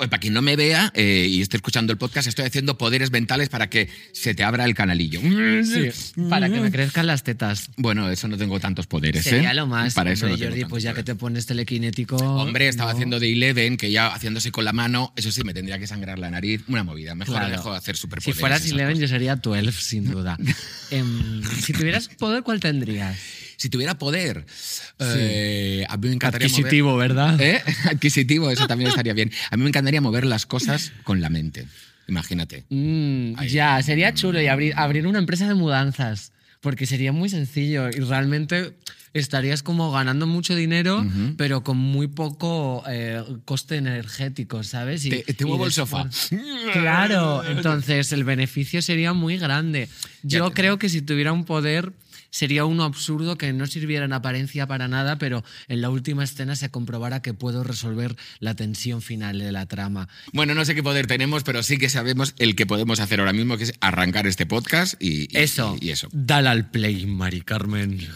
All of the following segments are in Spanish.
Para quien no me vea eh, y esté escuchando el podcast, estoy haciendo poderes mentales para que se te abra el canalillo. Sí, para que me crezcan las tetas. Bueno, eso no tengo tantos poderes. Sería ¿eh? lo más. Para eso hombre, no tengo Jordi, tantos pues ya que poderes. te pones telequinético. Hombre, estaba no. haciendo de Eleven, que ya haciéndose con la mano, eso sí, me tendría que sangrar la nariz. Una movida. Mejor Claro. dejo de hacer Si superpoderes. fueras esas 11, yo sería 12, sin duda. Em, si tuvieras poder, ¿cuál tendrías? cosas. Si tuviera poder, eh, a mí me encantaría. mover- ¿verdad? ¿Eh? Adquisitivo, eso también estaría bien. A mí me encantaría mover las cosas con la mente. Imagínate. Mm, Ahí. ya, sería chulo y abrir, abrir una empresa de mudanzas, porque sería muy sencillo y realmente estarías como ganando mucho dinero, pero con muy poco eh, coste energético, ¿sabes? Y, Te, te y muevo el de sofá. Claro, entonces el beneficio sería muy grande. Ya Yo te- creo que si tuviera un poder sería uno absurdo que no sirviera en apariencia para nada, pero en la última escena se comprobara que puedo resolver la tensión final de la trama. Bueno, no sé qué poder tenemos, pero sí que sabemos el que podemos hacer ahora mismo, que es arrancar este podcast y, y- Eso. y- y eso. Dale al play, Mari Carmen.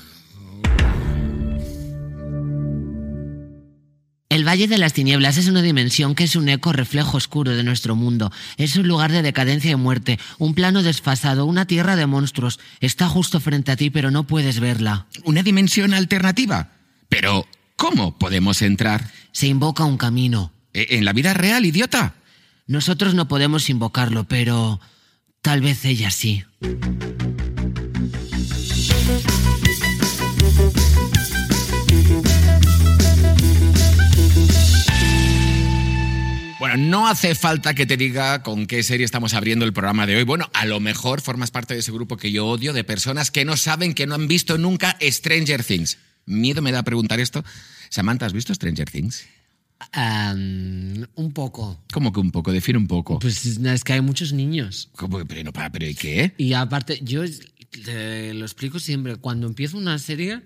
El Valle de las Tinieblas es una dimensión que es un eco reflejo oscuro de nuestro mundo. Es un lugar de decadencia y muerte, un plano desfasado, una tierra de monstruos. Está justo frente a ti, pero no puedes verla. Una dimensión alternativa. Pero, ¿cómo podemos entrar? Se invoca un camino. ¿E- ¿En la vida real, idiota? Nosotros no podemos invocarlo, pero tal vez ella sí. Bueno, no hace falta que te diga con qué serie estamos abriendo el programa de hoy. Bueno, a lo mejor formas parte de ese grupo que yo odio de personas que no saben, que no han visto nunca Stranger Things. Miedo me da preguntar esto. Samantha, ¿has visto Stranger Things? un poco. Como que un poco, define un poco. Pues es que hay muchos niños. ¿Cómo que, pero, no, para, pero ¿y qué? Y aparte, yo es- te lo explico siempre, cuando empiezo una serie,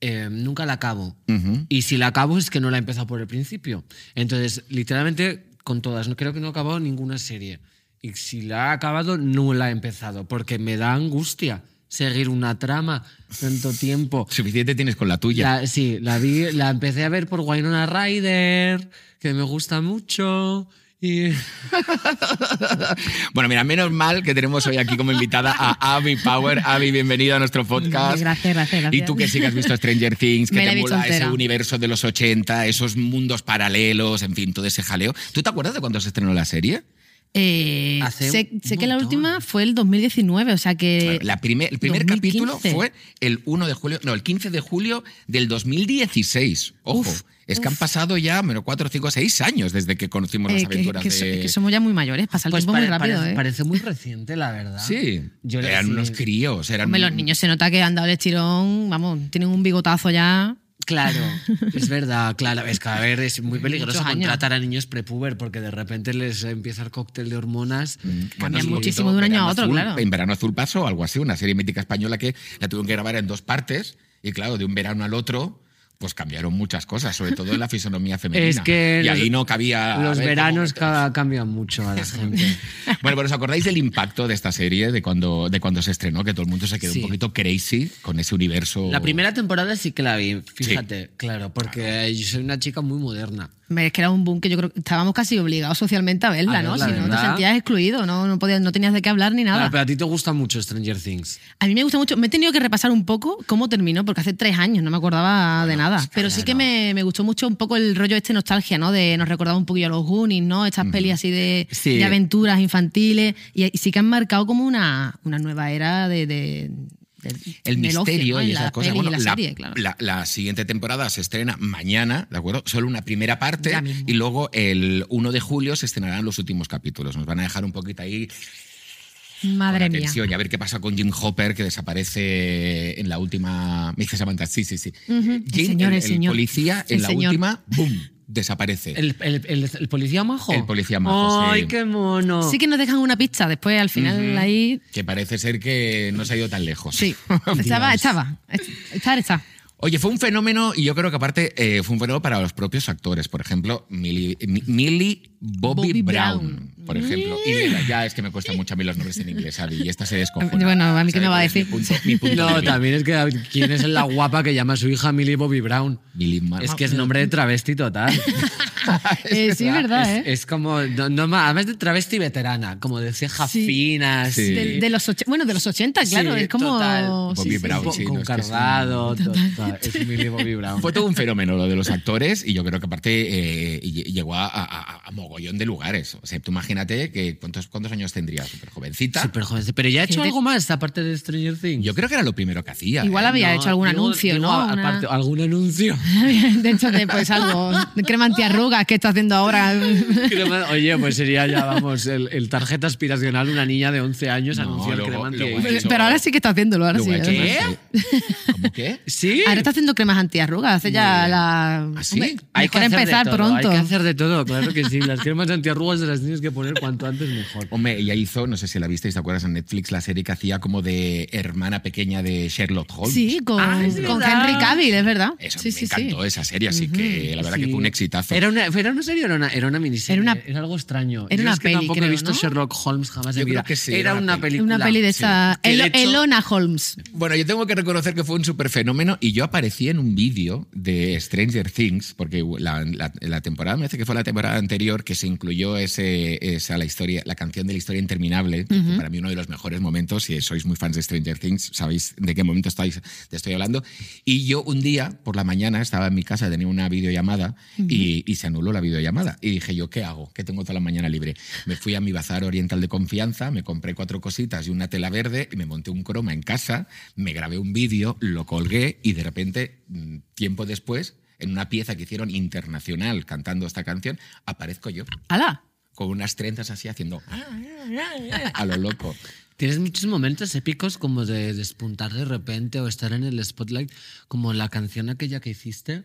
eh, nunca la acabo. Ujú. Y si la acabo es que no la he empezado por el principio. Entonces, literalmente, con todas, no creo que no he acabado ninguna serie. Y si la he acabado, no la he empezado, porque me da angustia seguir una trama tanto tiempo. Suficiente tienes con la tuya. La- sí, la, vi, la empecé a ver por Wynonna Ryder, que me gusta mucho. Y Bueno, mira, menos mal que tenemos hoy aquí como invitada a Abby Power. Abby, bienvenida a nuestro podcast. Gracias, gracias, gracias. Y tú que sí que has visto Stranger Things, que Me la te he visto mola ese entera. universo de los 80, esos mundos paralelos, en fin, todo ese jaleo. ¿Tú te acuerdas de cuando se estrenó la serie? Eh, Hace sé un sé que la montón. última fue el 2019, o sea que. La prime- el primer 2015. capítulo fue el 1 de julio, no, el 15 de julio del 2016. Ojo, Uf, es que han uf. pasado ya, menos 4, 5, 6 años desde que conocimos las eh, que, aventuras que so- de... que somos ya muy mayores, pasa el pues tiempo muy pare- rápido, parece, ¿eh? parece muy reciente, la verdad. Sí, Yo le- eran sí. unos críos, eran... Hombre, los niños se nota que han dado el estirón, vamos, tienen un bigotazo ya. Claro, es verdad, claro. Es que a ver, es muy peligroso Muchos años. contratar a niños prepuber porque de repente les empieza el cóctel de hormonas. Mm, Cambian es un muchísimo poquito de un año Verano a otro, Azul, claro. En Verano Azul pasó algo así, una serie mítica española que la tuvieron que grabar en dos partes y claro, de un verano al otro pues cambiaron muchas cosas, sobre todo en la fisonomía femenina. Es que y los- ahí no cabía... Los Ah, a ver, veranos cómo- ca- cambian mucho a la gente. Bueno, pero ¿os acordáis del impacto de esta serie, de cuando, de cuando se estrenó, que todo el mundo se quedó Sí. un poquito crazy con ese universo? La primera temporada sí que la vi, fíjate, claro, porque yo soy una chica muy moderna. Hombre, Es que era un boom que yo creo que estábamos casi obligados socialmente a verla, A ¿no? verla, si no te ¿verdad? sentías excluido, no, no, podías, no tenías de qué hablar ni nada. Claro, pero a ti te gusta mucho Stranger Things. A mí me gusta mucho. Me he tenido que repasar un poco cómo terminó, porque hace tres años no me acordaba de nada. pues Pero sí que me, me gustó mucho un poco el rollo este nostalgia, ¿no? De nos recordaba un poquillo a los Goonies, ¿no? Estas pelis así de, Sí. de aventuras infantiles. Y, y sí que han marcado como una, una nueva era de. de- de- el del ocio, misterio ¿no? y En la esas cosas. peli, Bueno, en la, la, serie, claro. la- la siguiente temporada se estrena mañana, ¿de acuerdo? Solo una primera parte Ya mismo. y luego el 1 de julio se estrenarán los últimos capítulos. Nos van a dejar un poquito ahí Madre con mía. atención y a ver qué pasa con Jim Hopper que desaparece en la última... Me dice Samantha, sí, sí, sí. Jim, el- señor, el, el señor. policía, en El la señor. última, ¡boom!, desaparece. ¿El, el, el- el policía majo? El policía majo, sí. ¡Ay, qué mono! Sí que nos dejan una pista después, al final ahí. Que parece ser que no se ha ido tan lejos. Sí. estaba, estaba. Estar, está. Oye, fue un fenómeno y yo creo que aparte eh, fue un fenómeno para los propios actores. Por ejemplo, Millie, Mi- Millie Bobby, Bobby Brown, Brown. por ejemplo. Y mira, ya es que me cuesta mucho a mí los nombres en inglés, Abby, y esta se descojona. Bueno, a mí qué ¿Sabe me va a cuál es mi decir? punto- mi punto No, débil? también es que quién es la guapa que llama a su hija Millie Bobby Brown. Millie Ma- Es que es nombre de travesti total. Eh, sí, verdad, ¿eh? Es como, no, no más, además de travesti veterana, como de ceja Sí. Sí. fina, así. De, de los och- bueno, de los 80, claro. Sí, es como. total. Bobby sí, sí, Brown. Con- sí, no, con es que es un- cardado, total. Es Millie Bobby Brown. Fue todo un fenómeno lo de los actores y yo creo que aparte eh, lle- llegó a, a- a- a mogollón de lugares. O sea, tú imagínate que cuántos, cuántos años tendría, súper jovencita. Súper joven. Pero ya ha hecho Gente- algo más, aparte de Stranger Things. Yo creo que era lo primero que hacía. Igual ¿eh? había hecho algún digo- anuncio, digo, ¿no? a- Una- aparte, algún anuncio. de hecho, de, pues algo. de Crema antiarrugas que está haciendo ahora. Crema- Oye, pues sería ya, vamos, el, el tarjeta aspiracional de una niña de 11 años No, anunciar luego- crema luego anti- hay- Pero ahora sí que está haciéndolo. Ahora sí. Luego ha hecho además. más, eh, ¿Cómo qué? Sí. Ahora está haciendo cremas antiarrugas. Hace ya la. ¿Ah, sí? Hombre, Hay que mejor hacer de empezar todo, pronto. Hay que hacer de todo, claro que sí. Las cremas antiarrugas se las tienes que poner cuanto antes mejor. Hombre, ella hizo, no sé si la visteis, ¿te acuerdas en Netflix la serie que hacía como de hermana pequeña de Sherlock Holmes? Sí, con, Ah, es con verdad. Henry Cavill, es verdad. Eso sí, me sí, encantó eh, sí. esa serie, así que la verdad que Sí. fue un exitazo. Era una, ¿Era una serie o era una, era una miniserie? Era Era, una- algo extraño. era Yo una es que peli, tampoco creo, he visto ¿no? Sherlock Holmes jamás Yo en mi creo vida. que sí, era, era una una peli. película. Una peli de esta. Que de hecho- Elona Holmes. Bueno, yo tengo que reconocer que fue un super fenómeno y yo aparecí en un vídeo de Stranger Things, porque la, la- la temporada, me parece que fue la temporada anterior, que se incluyó ese, esa, la, historia, la canción de la historia interminable, que fue para mí uno de los mejores momentos, si sois muy fans de Stranger Things, sabéis de qué momento estáis, te estoy hablando. Y yo un día, por la mañana, estaba en mi casa, tenía una videollamada y, y se anuló la videollamada. Y dije yo, ¿qué hago? ¿Qué tengo toda la mañana libre? Me fui a mi bazar oriental de confianza, me compré cuatro cositas y una tela verde y me monté un croma en casa, me grabé un vídeo, lo colgué y de repente, mm, tiempo después, en una pieza que hicieron internacional cantando esta canción, aparezco yo ¡Hala! con unas trenzas así haciendo Ah, a lo loco. Tienes muchos momentos épicos como de despuntar de repente o estar en el spotlight, como la canción aquella que hiciste.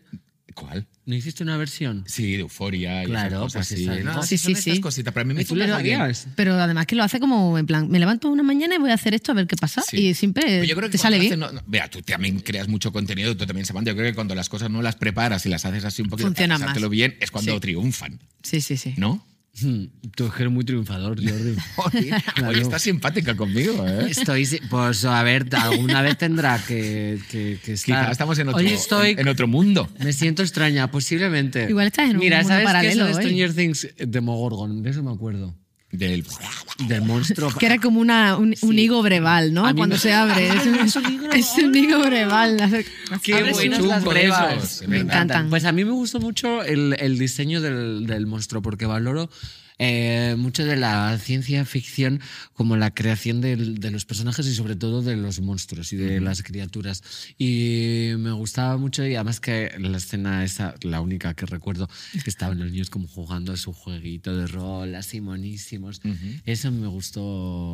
¿Cuál? ¿No hiciste una versión? Sí, de euforia y Claro, esas cosas pues así. esas, ¿no? Sí, son sí, estas sí. cositas, pero a mí me hizo ¿Tú le muy bien. darías? Pero además que lo hace como en plan, me levanto una mañana y voy a hacer esto a ver qué pasa. Sí. Y siempre Pues Pero yo creo que te sale cuando bien. haces- no, no, vea, tú también creas mucho contenido, tú también, Samantha. Yo creo que cuando las cosas no las preparas y las haces así un poquito, Funcionan para pasártelo más. bien, es cuando Sí. triunfan, Sí, sí, sí. ¿no? Hmm, Tú eres muy triunfador, Jordi. Oye, Claro. estás simpática conmigo, ¿eh? Estoy, si- pues a ver, alguna vez tendrá que, que, que estar. Quizá estamos en otro, Hoy estoy. en, en otro mundo. Me siento extraña, posiblemente. Igual estás en un Mira, mundo ¿sabes paralelo qué es hoy? de Stranger Things de Mogorgon? De eso me acuerdo. Del... Del monstruo. Que era como una, un, un higo breval, ¿no? A mí Cuando me- se abre. Es un, Es un higo es un higo breval. Hace- Qué abres un- buenas bueno. las brevas. Me, Me encantan. encantan. Pues a mí me gustó mucho el, el diseño del, del monstruo porque valoro eh, mucho de la ciencia ficción como la creación del- de los personajes y sobre todo de los monstruos y de las criaturas. Y me gustaba mucho y además que la escena esa, la única que recuerdo, que estaban los niños como jugando a su jueguito de rol, así monísimos. Eso me gustó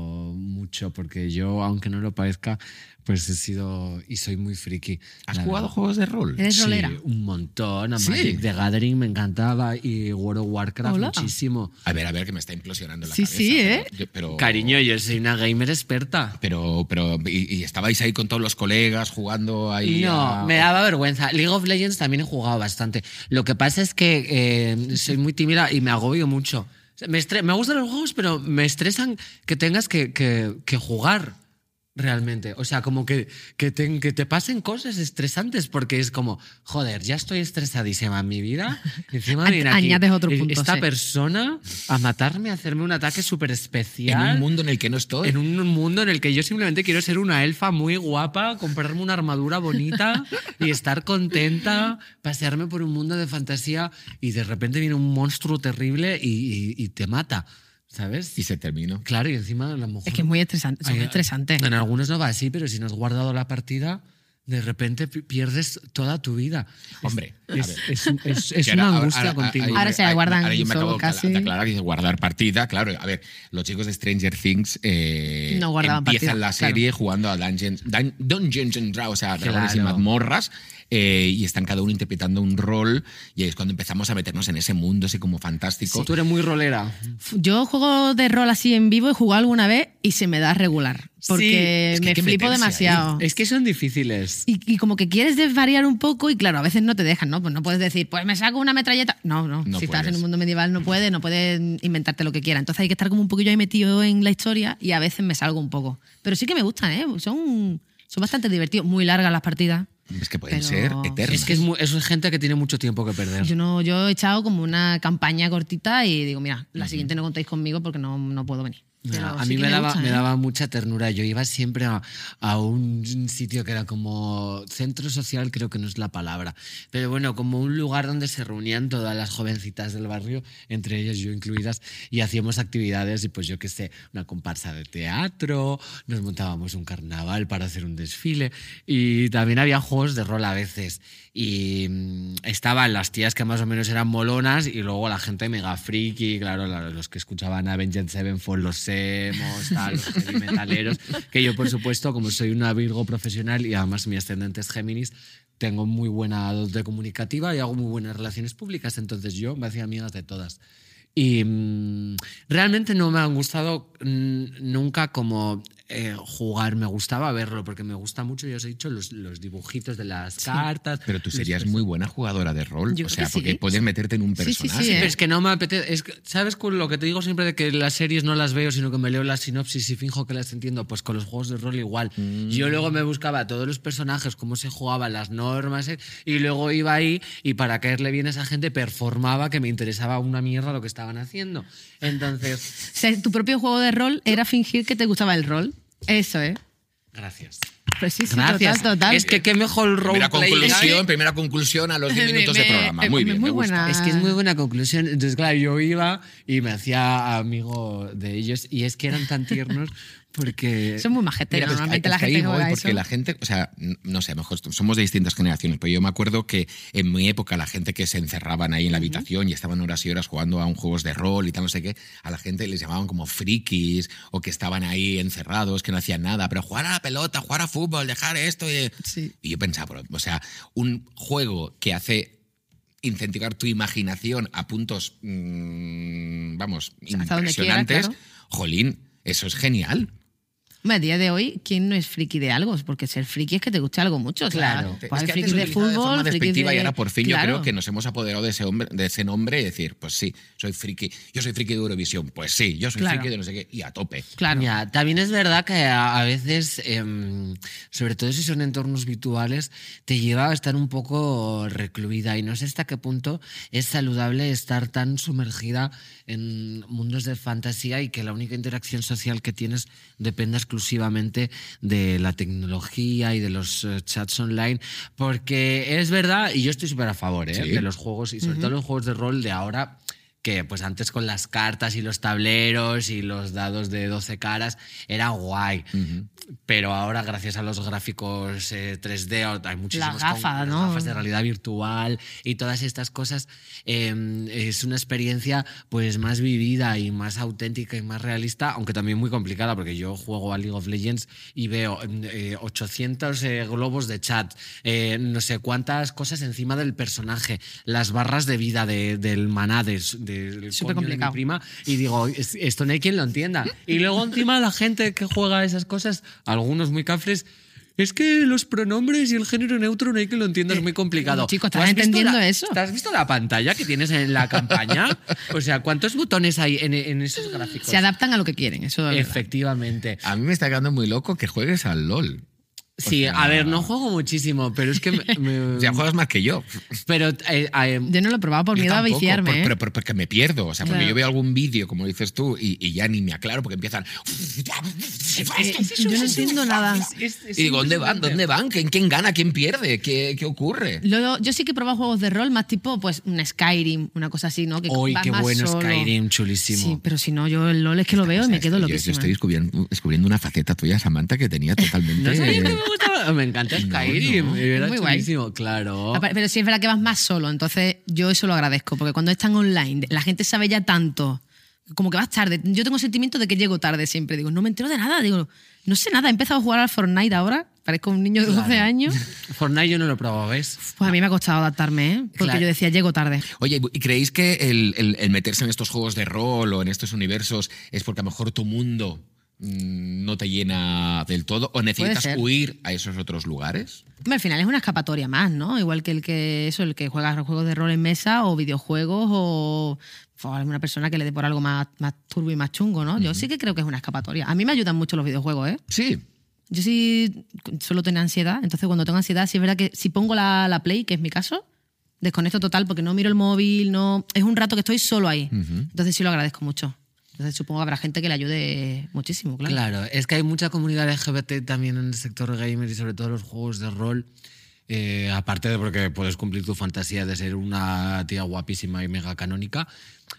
mucho porque yo, aunque no lo parezca, pues he sido y soy muy friki. ¿Has la jugado verdad. juegos de rol? Eres Sí, rolera. un montón. A Sí. Magic the Gathering me encantaba y World of Warcraft Hola. muchísimo. A ver, a ver, que me está implosionando la Sí, cabeza. sí, ¿eh? pero- pero- Cariño, yo soy una gamer experta. Pero, pero, y, y estabais ahí con todos los colegas jugando ahí. No, a- me daba vergüenza. League of Legends también he jugado bastante. Lo que pasa es que eh, soy muy tímida y me agobio mucho. O sea, Me, estre- me gustan los juegos, pero me estresan que tengas que, que- que jugar realmente. O sea, como que, que, te, que te pasen cosas estresantes porque es como, joder, ya estoy estresadísima en mi vida. Encima A- viene aquí añades otro punto, Esta sí. persona a matarme, a hacerme un ataque súper En especial. un mundo en el que no estoy. En un mundo en el que yo simplemente quiero ser una elfa muy guapa, comprarme una armadura bonita y estar contenta, pasearme por un mundo de fantasía y de repente viene un monstruo terrible y, y- y te mata, ¿sabes? Y se terminó. claro, y encima a lo mejor... Es que es muy estresante. Son Ay, estresantes. En algunos no va así, pero si no has guardado la partida, de repente pi- pierdes toda tu vida. Hombre, a Es, ver. es- es- es Que una ahora- angustia continua. Ahora me- se guardan ahora yo me solo acabo de casi. acla- de aclarar que dice guardar partida, claro. A ver, los chicos de Stranger Things eh, No guardaban empiezan partida, la serie jugando a Dungeons, Dun- Dungeons and Dragons, o sea, dragones y Claro. mazmorras, eh, y están cada uno interpretando un rol, y ahí es cuando empezamos a meternos en ese mundo así como fantástico. Si tú eres muy rolera. Yo juego de rol así en vivo, he jugado alguna vez y se me da regular. Porque es que hay me que flipo meterse ahí. demasiado. Es que son difíciles. Y, y como que quieres desvariar un poco y claro, a veces no te dejan, ¿no? Pues no puedes decir, pues me saco una metralleta. No, no, No si estás puedes. en un mundo medieval no puedes, no puedes inventarte lo que quieras. Entonces hay que estar como un poquillo ahí metido en la historia y a veces me salgo un poco. Pero sí que me gustan, ¿eh? Son, son bastante divertidos, muy largas las partidas. Es que pueden Pero- ser eternas. Es que es, mu- es gente que tiene mucho tiempo que perder. Yo, no, yo he echado como una campaña cortita y digo, mira, la siguiente no contéis conmigo porque no, no puedo venir. Pero a sí mí que me daba, gusta, me ¿eh? daba mucha ternura. Yo iba siempre a, a un sitio que era como centro social, creo que no es la palabra, pero bueno, como un lugar donde se reunían todas las jovencitas del barrio, entre ellas yo incluidas, y hacíamos actividades y pues yo qué sé, una comparsa de teatro, nos montábamos un carnaval para hacer un desfile y también había juegos de rol a veces. Y mm, estaban las tías que más o menos eran molonas y luego la gente mega friki, claro, la- los que escuchaban a Vengeance Sevenfold, los semos, tal, los heavy metaleros, que yo por supuesto, como soy una Virgo profesional y además mi ascendente es Géminis, tengo muy buena dote comunicativa y hago muy buenas relaciones públicas, entonces yo me hacía amigas de todas. Y mm, realmente no me han gustado mm, nunca como eh, jugar, me gustaba verlo, porque me gusta mucho, ya os he dicho, los, los dibujitos de las cartas. Pero tú los serías muy buena jugadora de rol. Yo o creo sea, que porque sí. puedes meterte en un Sí, sí, sí, personaje. ¿eh? Pero es que no me apetece. es que, ¿Sabes con lo que te digo siempre de que las series no las veo, sino que me leo las sinopsis y finjo que las entiendo? Pues con los juegos de rol igual. Yo luego me buscaba todos los personajes, cómo se jugaban, las normas, eh, y luego iba ahí y para caerle bien a esa gente performaba que me interesaba una mierda lo que estaban haciendo. Entonces, O sea, tu propio juego de rol era fingir que te gustaba el rol. Eso, ¿eh? gracias. Pues sí, sí, Gracias. total, total. Es que qué mejor Primera roleplay hay. conclusión, primera conclusión a los 10 minutos de Me- programa. eh, Muy me- bien, muy me gusta. buena. Es que es muy buena conclusión. Entonces, claro, yo iba y me hacía amigo de ellos y es que eran tan tiernos porque... Son muy Mira, majeteros. pues, Normalmente ahí- la hasta gente ahí que voy, juega porque eso- la gente, o sea, n- no sé, a lo mejor somos de distintas generaciones, pero yo me acuerdo que en mi época la gente que se encerraban ahí en la habitación y estaban horas y horas jugando a un juegos de rol y tal, no sé qué, a la gente les llamaban como frikis o que estaban ahí encerrados, que no hacían nada, pero jugar a la pelota, jugar a fútbol, dejar esto y... Sí. Y yo pensaba, pero, o sea, un juego que hace incentivar tu imaginación a puntos, mm, vamos, sea, hasta donde quiera, impresionantes, claro. jolín, eso es genial. Hombre, a día de hoy, ¿quién no es friki de algo? Porque ser friki es que te guste algo mucho. Claro. Exactamente. Es Pues hay que frikis de antes lo utilizaba de fútbol, forma frikis despectiva de... y ahora por fin Claro. yo creo que nos hemos apoderado de ese, hombre, de ese nombre y decir, pues sí, soy friki, yo soy friki de Eurovisión, pues sí, yo soy Claro. friki de no sé qué, y a tope. Claro. Ya, también es verdad que a, a veces, em, sobre todo si son entornos virtuales, te lleva a estar un poco recluida y no sé hasta qué punto es saludable estar tan sumergida en mundos de fantasía y que la única interacción social que tienes dependa exclusivamente de la tecnología y de los eh, chats online, porque es verdad, y yo estoy súper a favor ¿eh? Sí. de los juegos y sobre todo los juegos de rol de ahora que pues antes con las cartas y los tableros y los dados de 12 caras era guay. Pero ahora gracias a los gráficos eh, 3D o- hay muchísimas Las gafas, ¿no? gafas de realidad virtual y todas estas cosas eh, es una experiencia pues más vivida y más auténtica y más realista, aunque también muy complicada porque yo juego a League of Legends y veo eh, 800 eh, globos de chat, eh, no sé cuántas cosas encima del personaje, las barras de vida de- del maná de, del Súper coño de mi complicado. prima y digo, "Es- esto no hay quien lo entienda. Y luego encima la gente que juega a esas cosas, algunos muy cafres, es que los pronombres y el género neutro no hay quien lo entienda, es muy complicado. Chico, ¿Tú ¿estás has visto entendiendo la- eso? ¿te has visto la pantalla que tienes en la campaña? O sea, ¿cuántos botones hay en, en esos gráficos? Se adaptan a lo que quieren, eso es verdad. Pues Efectivamente. A mí me está quedando muy loco que juegues al LOL. Sí, a ver, no juego muchísimo, pero es que me- me- O sea, juegas más que yo. pero eh, eh, Yo no lo he probado por Yo miedo tampoco, a viciarme. por- ¿eh? pero, pero- porque me pierdo. O sea, porque Claro. yo veo algún vídeo, como dices tú, y, y ya ni me aclaro porque empiezan. yo no entiendo nada. Y digo, ¿dónde van? ¿Dónde van? ¿Quién, quién gana? ¿Quién pierde? ¿Qué, qué ocurre? Luego, yo sí que he probado juegos de rol más tipo pues un Skyrim, una cosa así, ¿no? Que Hoy vas qué más bueno solo. Skyrim, chulísimo. Sí, pero si no, yo el LOL es que lo veo O y sea, me quedo yo- lo yo que estoy descubriendo, descubriendo una faceta tuya, Samantha, que tenía totalmente. No sabía que me gustaba. Me encanta Skyrim. no. Era Muy guay. chulísimo, claro. Pero sí es verdad que vas más solo, entonces yo eso lo agradezco, porque cuando están online, la gente sabe ya tanto, como que vas tarde. Yo tengo sentimiento de que llego tarde siempre, digo, no me entero de nada, digo, no sé nada, he empezado a jugar al Fortnite ahora, parezco un niño de 12 años. Fortnite yo no lo probaba, ¿ves? Pues a mí me ha costado adaptarme, ¿eh? porque Claro. yo decía, llego tarde. Oye, ¿y creéis que el, el- el meterse en estos juegos de rol o en estos universos es porque a lo mejor tu mundo mm, no te llena del todo o necesitas ser. huir a esos otros lugares? Hombre, Al final es una escapatoria más, ¿no? Igual que el que eso, el que juega a juegos de rol en mesa o videojuegos o o alguna persona que le dé por algo más, más turbo y más chungo, ¿no? Yo sí que creo que es una escapatoria. A mí me ayudan mucho los videojuegos, ¿eh? Sí. Yo sí suelo tener ansiedad, entonces cuando tengo ansiedad, sí es verdad que si pongo la, la play, que es mi caso, desconecto total porque no miro el móvil, no es un rato que estoy solo ahí. Entonces sí lo agradezco mucho. Entonces supongo que habrá gente que le ayude muchísimo, claro. Claro, es que hay mucha comunidad LGBT también en el sector gamer y sobre todo en los juegos de rol. Eh, aparte de porque puedes cumplir tu fantasía de ser una tía guapísima y mega canónica,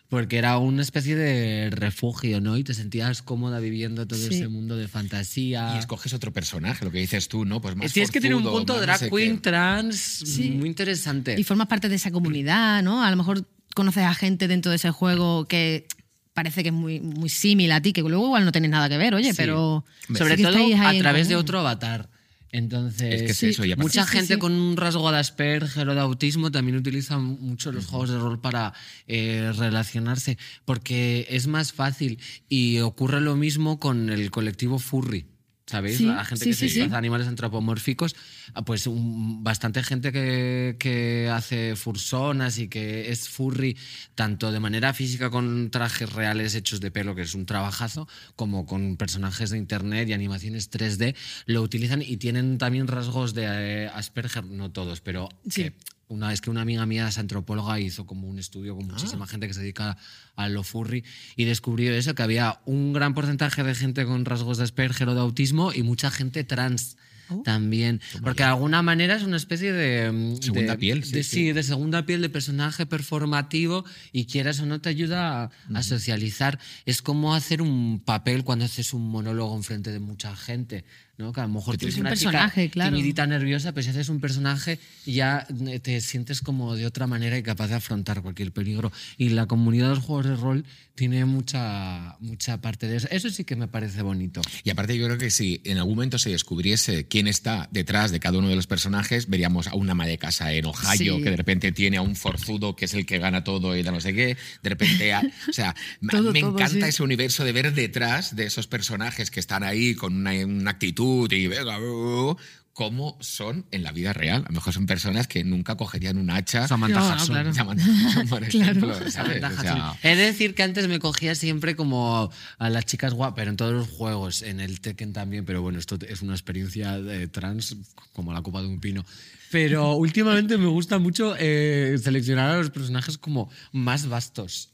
porque era una especie de refugio, ¿no? Y te sentías cómoda viviendo todo Sí. ese mundo de fantasía. Y escoges otro personaje, lo que dices tú, ¿no? Pues más. Sí, Ah. es que tiene un forzudo, punto más no drag sé queen qué. trans Sí. muy interesante. Y formas parte de esa comunidad, ¿no? A lo mejor conoces a gente dentro de ese juego que parece que es muy, muy similar a ti, que luego igual no tienes nada que ver, oye, Sí. pero... Sobre sí que todo estáis ahí a en través de común. otro avatar. Entonces, Es que es Sí. eso, y aparte- mucha Sí, sí, gente sí. con un rasgo de Asperger o de autismo también utilizan mucho los juegos de rol para eh, relacionarse, porque es más fácil y ocurre lo mismo con el colectivo furry. ¿Sabéis? Sí, La gente sí, que se sí, sí. disfraza de animales antropomórficos, ah, pues un- bastante gente que, que hace fursonas y que es furry, tanto de manera física con trajes reales hechos de pelo, que es un trabajazo, como con personajes de internet y animaciones 3D, lo utilizan y tienen también rasgos de eh, Asperger, no todos, pero Sí. que una es que una amiga mía es antropóloga hizo como un estudio con muchísima gente que se dedica a lo furry y descubrió eso que había un gran porcentaje de gente con rasgos de Asperger o de autismo y mucha gente trans también porque de alguna manera es una especie de mm, Segunda de- piel, sí, de- sí. sí, de segunda piel de personaje performativo y quieras o no te ayuda a, a socializar. Es como hacer un papel cuando haces un monólogo enfrente de mucha gente, ¿no? Que a lo mejor tú eres un una personaje, chica claro. timidita, nerviosa, pero si haces un personaje ya eh, te sientes como de otra manera y capaz de afrontar cualquier peligro. Y la comunidad de los juegos de rol tiene mucha, mucha parte de eso. Eso sí que me parece bonito. Y aparte yo creo que si en algún momento se descubriese quién está detrás de cada uno de los personajes, veríamos a una ama de casa en Ohio Sí. que de repente tiene a un forzudo que es el que gana todo y da no sé qué, de repente... a- o sea, me- Todo, me todo, encanta sí. ese universo de ver detrás de esos personajes que están ahí con una, una actitud y... venga, uh, cómo son en la vida real. A lo mejor son personas que nunca cogerían un hacha. Samantha No, no, Hudson. Ah, claro. Samantha Hudson, por Claro. ejemplo, ¿sabes? O Ventaja, sea, sí. He de decir que antes me cogía siempre como a las chicas guapas, pero en todos los juegos, en el Tekken también, pero bueno, esto es una experiencia de trans como la copa de un pino. Pero últimamente me gusta mucho eh, seleccionar a los personajes como más vastos,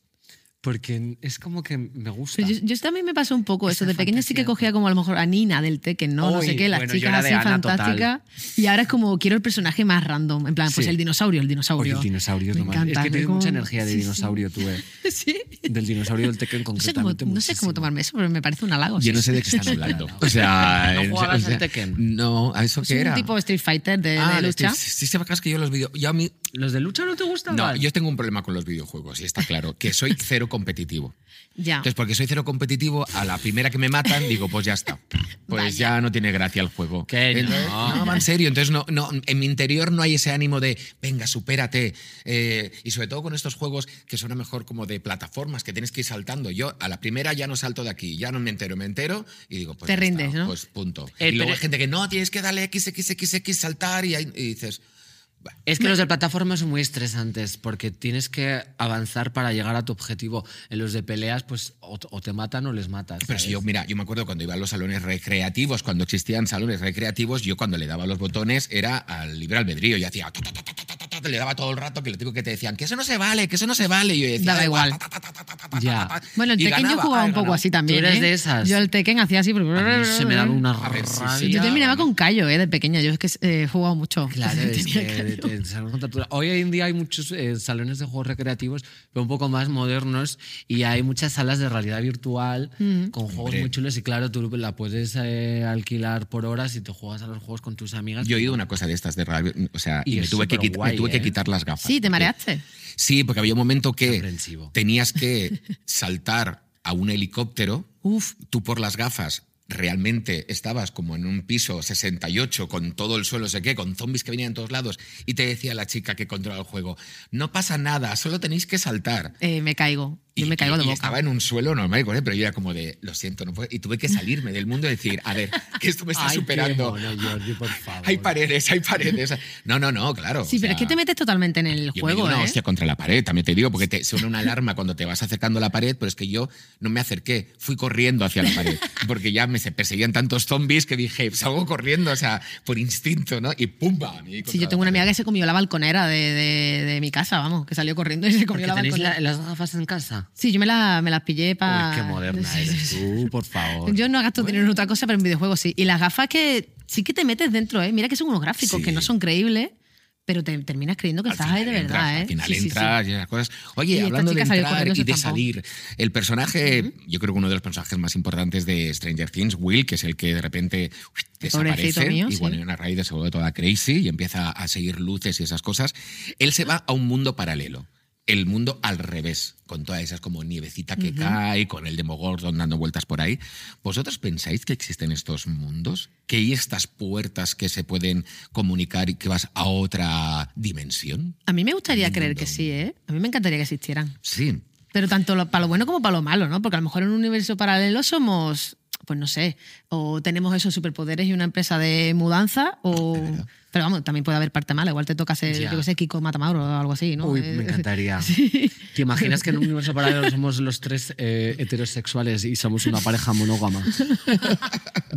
porque es como que me gusta. Pero yo, yo también me pasó un poco eso. Esa De pequeña sí que fantasía. cogía como a lo mejor a Nina del Tekken, ¿no? no Uy, sé qué, las bueno, yo chicas era así de Ana total. fantásticas. Y ahora es como quiero el personaje más random. En plan, pues Sí. el dinosaurio, el Oye, dinosaurio. el dinosaurio es Me lo más- encanta, Es que me tienes como- mucha energía de Sí, sí. dinosaurio, tú, eh. Sí. Del dinosaurio del Tekken No sé, cómo, concretamente. no sé cómo muchísimo. tomarme eso, pero me parece un halago. Yo Oh, sí. no sé de qué están hablando. O sea, ¿No en- jugabas o sea, al Tekken? No, ¿a eso Es qué un era? tipo Street Fighter de, Ah, de los lucha. tíos. Sí, sí, sí, que yo los video. Yo a mí. ¿Los de lucha no te gustan? No, Val? yo tengo un problema con los videojuegos, y está claro, que soy cero competitivo. Ya. Entonces, porque soy cero competitivo, a la primera que me matan, digo, pues ya está. Pues ya no tiene gracia el juego. Que no. Entonces, no, va en serio. Entonces, no, no, en mi interior no hay ese ánimo de, venga, supérate. Eh, y sobre todo con estos juegos que son a lo mejor como de plataformas, que tienes que ir saltando. Yo a la primera ya no salto de aquí, ya no me entero, me entero y digo, pues. Te ya rindes, está, ¿no? Pues punto. Eh, y luego pero- hay gente que no, tienes que darle XXXX, saltar y, ahí- y dices. "Bah". Es que los de plataforma son muy estresantes porque tienes que avanzar para llegar a tu objetivo. En los de peleas, pues o, o te matan o les matas. Pero si ¿sabes? yo, mira, yo me acuerdo cuando iba a los salones recreativos, cuando existían salones recreativos, yo cuando le daba los botones era al libre albedrío. Yo hacía. ta, ta, ta, ta, ta, ta, ta, le daba todo el rato que lo digo que te decían que eso no se vale, que eso no se vale. Y yo pues, decía. Daba "Da igual". ta, ta, ta, ta, ta, ta, ta, Ya. ta, ta". Bueno, el Y Tekken yo ganaba. jugaba Ay, un poco ganaba. así también. eres ¿eh? de esas. Yo el Tekken hacía así. A mí se me daba una A ver, sí, sí, rabia. Yo Ya, terminaba ¿no? con callo, ¿eh? De pequeña. Yo es que eh, he jugado mucho. Claro, es Tenía que te- callo. te- salón con tortura. Hoy en día hay muchos eh, salones de juegos recreativos, pero un poco más modernos, y hay muchas salas de realidad virtual con juegos Hombre. muy chulos. Y claro, tú la puedes eh, alquilar por horas y te juegas a los juegos con tus amigas. Yo he oído una cosa de estas de radio, o sea, Y y, me, es tuve que quitar, superguay, me tuve que ¿eh? quitar las gafas. Sí, te porque- mareaste. Sí, porque había un momento que Comprensivo. tenías que saltar a un helicóptero. Uf. tú por las gafas realmente estabas como en un piso 68 con todo el suelo, no sé qué, con zombies que venían de todos lados y te decía la chica que controla el juego, no pasa nada, solo tenéis que saltar. Eh, me caigo. Yo me caigo de y- y boca. estaba en un suelo normal, ¿eh? pero yo era como de, lo siento, no puedo. Y tuve que salirme del mundo y decir, a ver, que esto me está Ay, qué superando. mono, Jordi, por favor. Hay paredes, hay paredes. No, no, no, claro. Sí, o pero es que sea, te metes totalmente en el yo me di juego, una ¿eh? hostia contra la pared, también te digo, porque te suena una alarma cuando te vas acercando a la pared, pero es que yo no me acerqué, fui corriendo hacia la pared, porque ya me se- perseguían tantos zombies que dije, salgo corriendo, o sea, por instinto, ¿no? Y pumba. me di Sí, contra yo la tengo una pared. amiga que se comió la balconera de, de- de mi casa, vamos, que salió corriendo y se Porque comió la tenéis balconera. la- las gafas en casa. Sí, yo me, la, me las pillé para... Uy, qué moderna eres tú, por favor. Yo no gasto dinero en otra cosa, pero en videojuegos sí. Y las gafas que sí que te metes dentro, ¿eh? Mira que son unos gráficos Sí. que no son creíbles, pero te terminas creyendo que Al estás final ahí de entras, verdad, ¿eh? Al final Sí, sí, sí. entras y esas cosas. Oye, esta hablando de chica salió entrar corriendo, y de se zampó. salir, el personaje, yo creo que uno de los personajes más importantes de Stranger Things, Will, que es el que de repente uy, Pobrecito desaparece mío, y sí. bueno, una raíz de se vuelve toda crazy y empieza a seguir luces y esas cosas, él se va a un mundo paralelo. El mundo al revés, con todas esas como nievecita que cae, con el Demogorgon dando vueltas por ahí. ¿Vosotros pensáis que existen estos mundos? ¿Que hay estas puertas que se pueden comunicar y que vas a otra dimensión? A mí me gustaría creer que sí, ¿eh? A mí me encantaría que existieran. Sí. Pero tanto lo- para lo bueno como para lo malo, ¿no? Porque a lo mejor en un universo paralelo somos, pues no sé, o tenemos esos superpoderes y una empresa de mudanza, o... Pero vamos, también puede haber parte mala. Igual te toca ser, Ya. yo qué sé, Kiko Matamauro o algo así, ¿no? Uy, Eh, me encantaría. Sí. ¿Te imaginas que en un universo paralelo somos los tres eh, heterosexuales y somos una pareja monógama?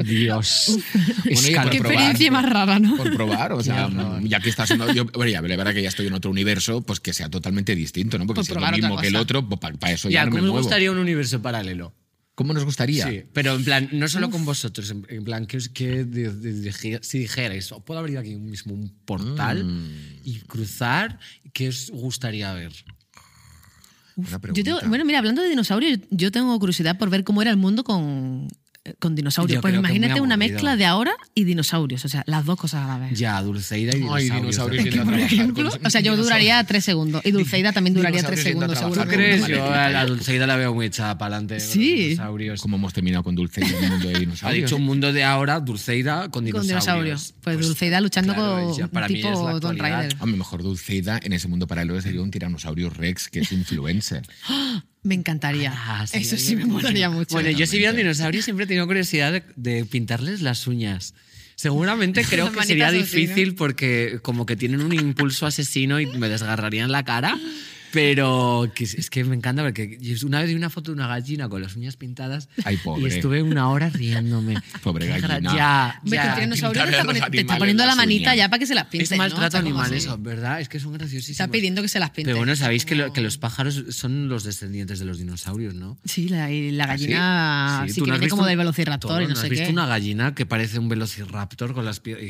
Dios. Bueno, y por Escalofrío. Qué probar. experiencia más rara, ¿no? Por probar, o sea, mm, horror. ya que estás en yo, bueno, ya, la verdad que ya estoy en otro universo, pues que sea totalmente distinto, ¿no? Porque Por si es lo probar otra mismo que el cosa. otro, pues para eso ya, Ya, no me ¿cómo me muevo. gustaría un universo paralelo? ¿Cómo nos gustaría? Sí, pero en plan, no solo con vosotros, en, en plan, que, os- que de- de- de- si dijerais, "Oh, puedo abrir aquí mismo un portal y cruzar, ¿qué os gustaría ver? Buena Yo tengo- pregunta. bueno, mira, hablando de dinosaurios, yo tengo curiosidad por ver cómo era el mundo con, eh, con dinosaurios. Yo pues creo que imagínate muy una aburrido. mezcla de ahora y dinosaurios, o sea, las dos cosas a la vez. Ya, Dulceida Ay, y dinosaurios. dinosaurios Es que yendo a por- Por trabajar con ejemplo, los- o sea, yo dinosaurios. duraría tres segundos y Dulceida también duraría tres Dinosaurios yendo a segundos, seguro. trabajar ¿Tú con una crees? maleta. Yo a la Dulceida la veo muy echada para adelante. Sí. Dinosaurios. ¿Cómo hemos terminado con Dulce en el mundo de Ha dinosaurios? dicho un mundo de ahora, Dulceida con Con dinosaurios. dinosaurios. Pues, Dulceida luchando claro, con ya para un mí tipo es la Don actualidad. Rider. A lo mejor Dulceida en ese mundo paralelo sería un tiranosaurio Rex que es influencer. Me encantaría. Ah, sí, Eso ahí sí me molaría mucho. Bueno, yo si viera dinosaurios siempre he tenido curiosidad de, de pintarles las uñas. Seguramente creo Las que sería manitas así, ¿no? difícil porque como que tienen un impulso asesino y me desgarrarían la cara. Pero que es es que me encanta porque yo una vez vi una foto de una gallina con las uñas pintadas Ay, y pobre. estuve una hora riéndome. Pobre Qué gra- gallina. Ya, Hombre, que ya. el tiranosaurio te Pintarle a los está, poni- te está animales poniendo la las manita uñas. ya para que se las Es pinten. ¿no? maltrato Está como animal así. eso, ¿verdad? Es que son graciosísimos. Está pidiendo que se las pinten. Pero bueno, sabéis que, lo- Como- que los pájaros son los descendientes de los dinosaurios, ¿no? Sí, la, y la gallina Ah, sí, ¿Ah, tú que no has viene visto como un- del velociraptor Toro, y no, has sé visto qué. una gallina que parece un velociraptor con las piernas.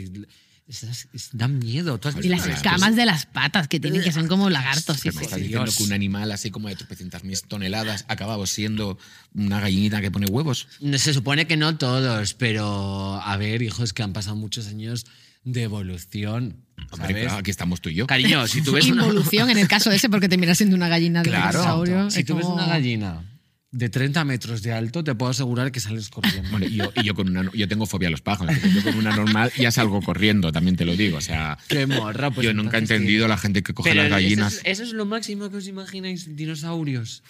esas- es- Dan miedo. ¿Tú has Y visto las Joder, esas escamas de las patas que tienen, que son como lagartos. Sí, Pero me sí. estás sí, diciendo Dios. que un animal así como de 300.000 toneladas acababa siendo una gallinita que pone huevos. cosas? Se supone que no todos, pero a ver, hijos, que han pasado muchos años de evolución. Hombre, ¿sabes? claro, aquí estamos tú y yo. Cariño, si tú ves una, Involución en el caso de ese porque terminas siendo una gallina de Claro. dinosaurio. si es tú ves como- una gallina de 30 metros de alto, te puedo asegurar que sales corriendo. Bueno, y yo, y yo con una, no- yo tengo fobia a los pájaros. así que Yo con una normal ya salgo corriendo, también te lo digo. O sea, Qué morra, pues yo nunca he entonces, entendido tío. a la gente que coge Pero las eso es- gallinas. Eso es, lo máximo que os imagináis, dinosaurios.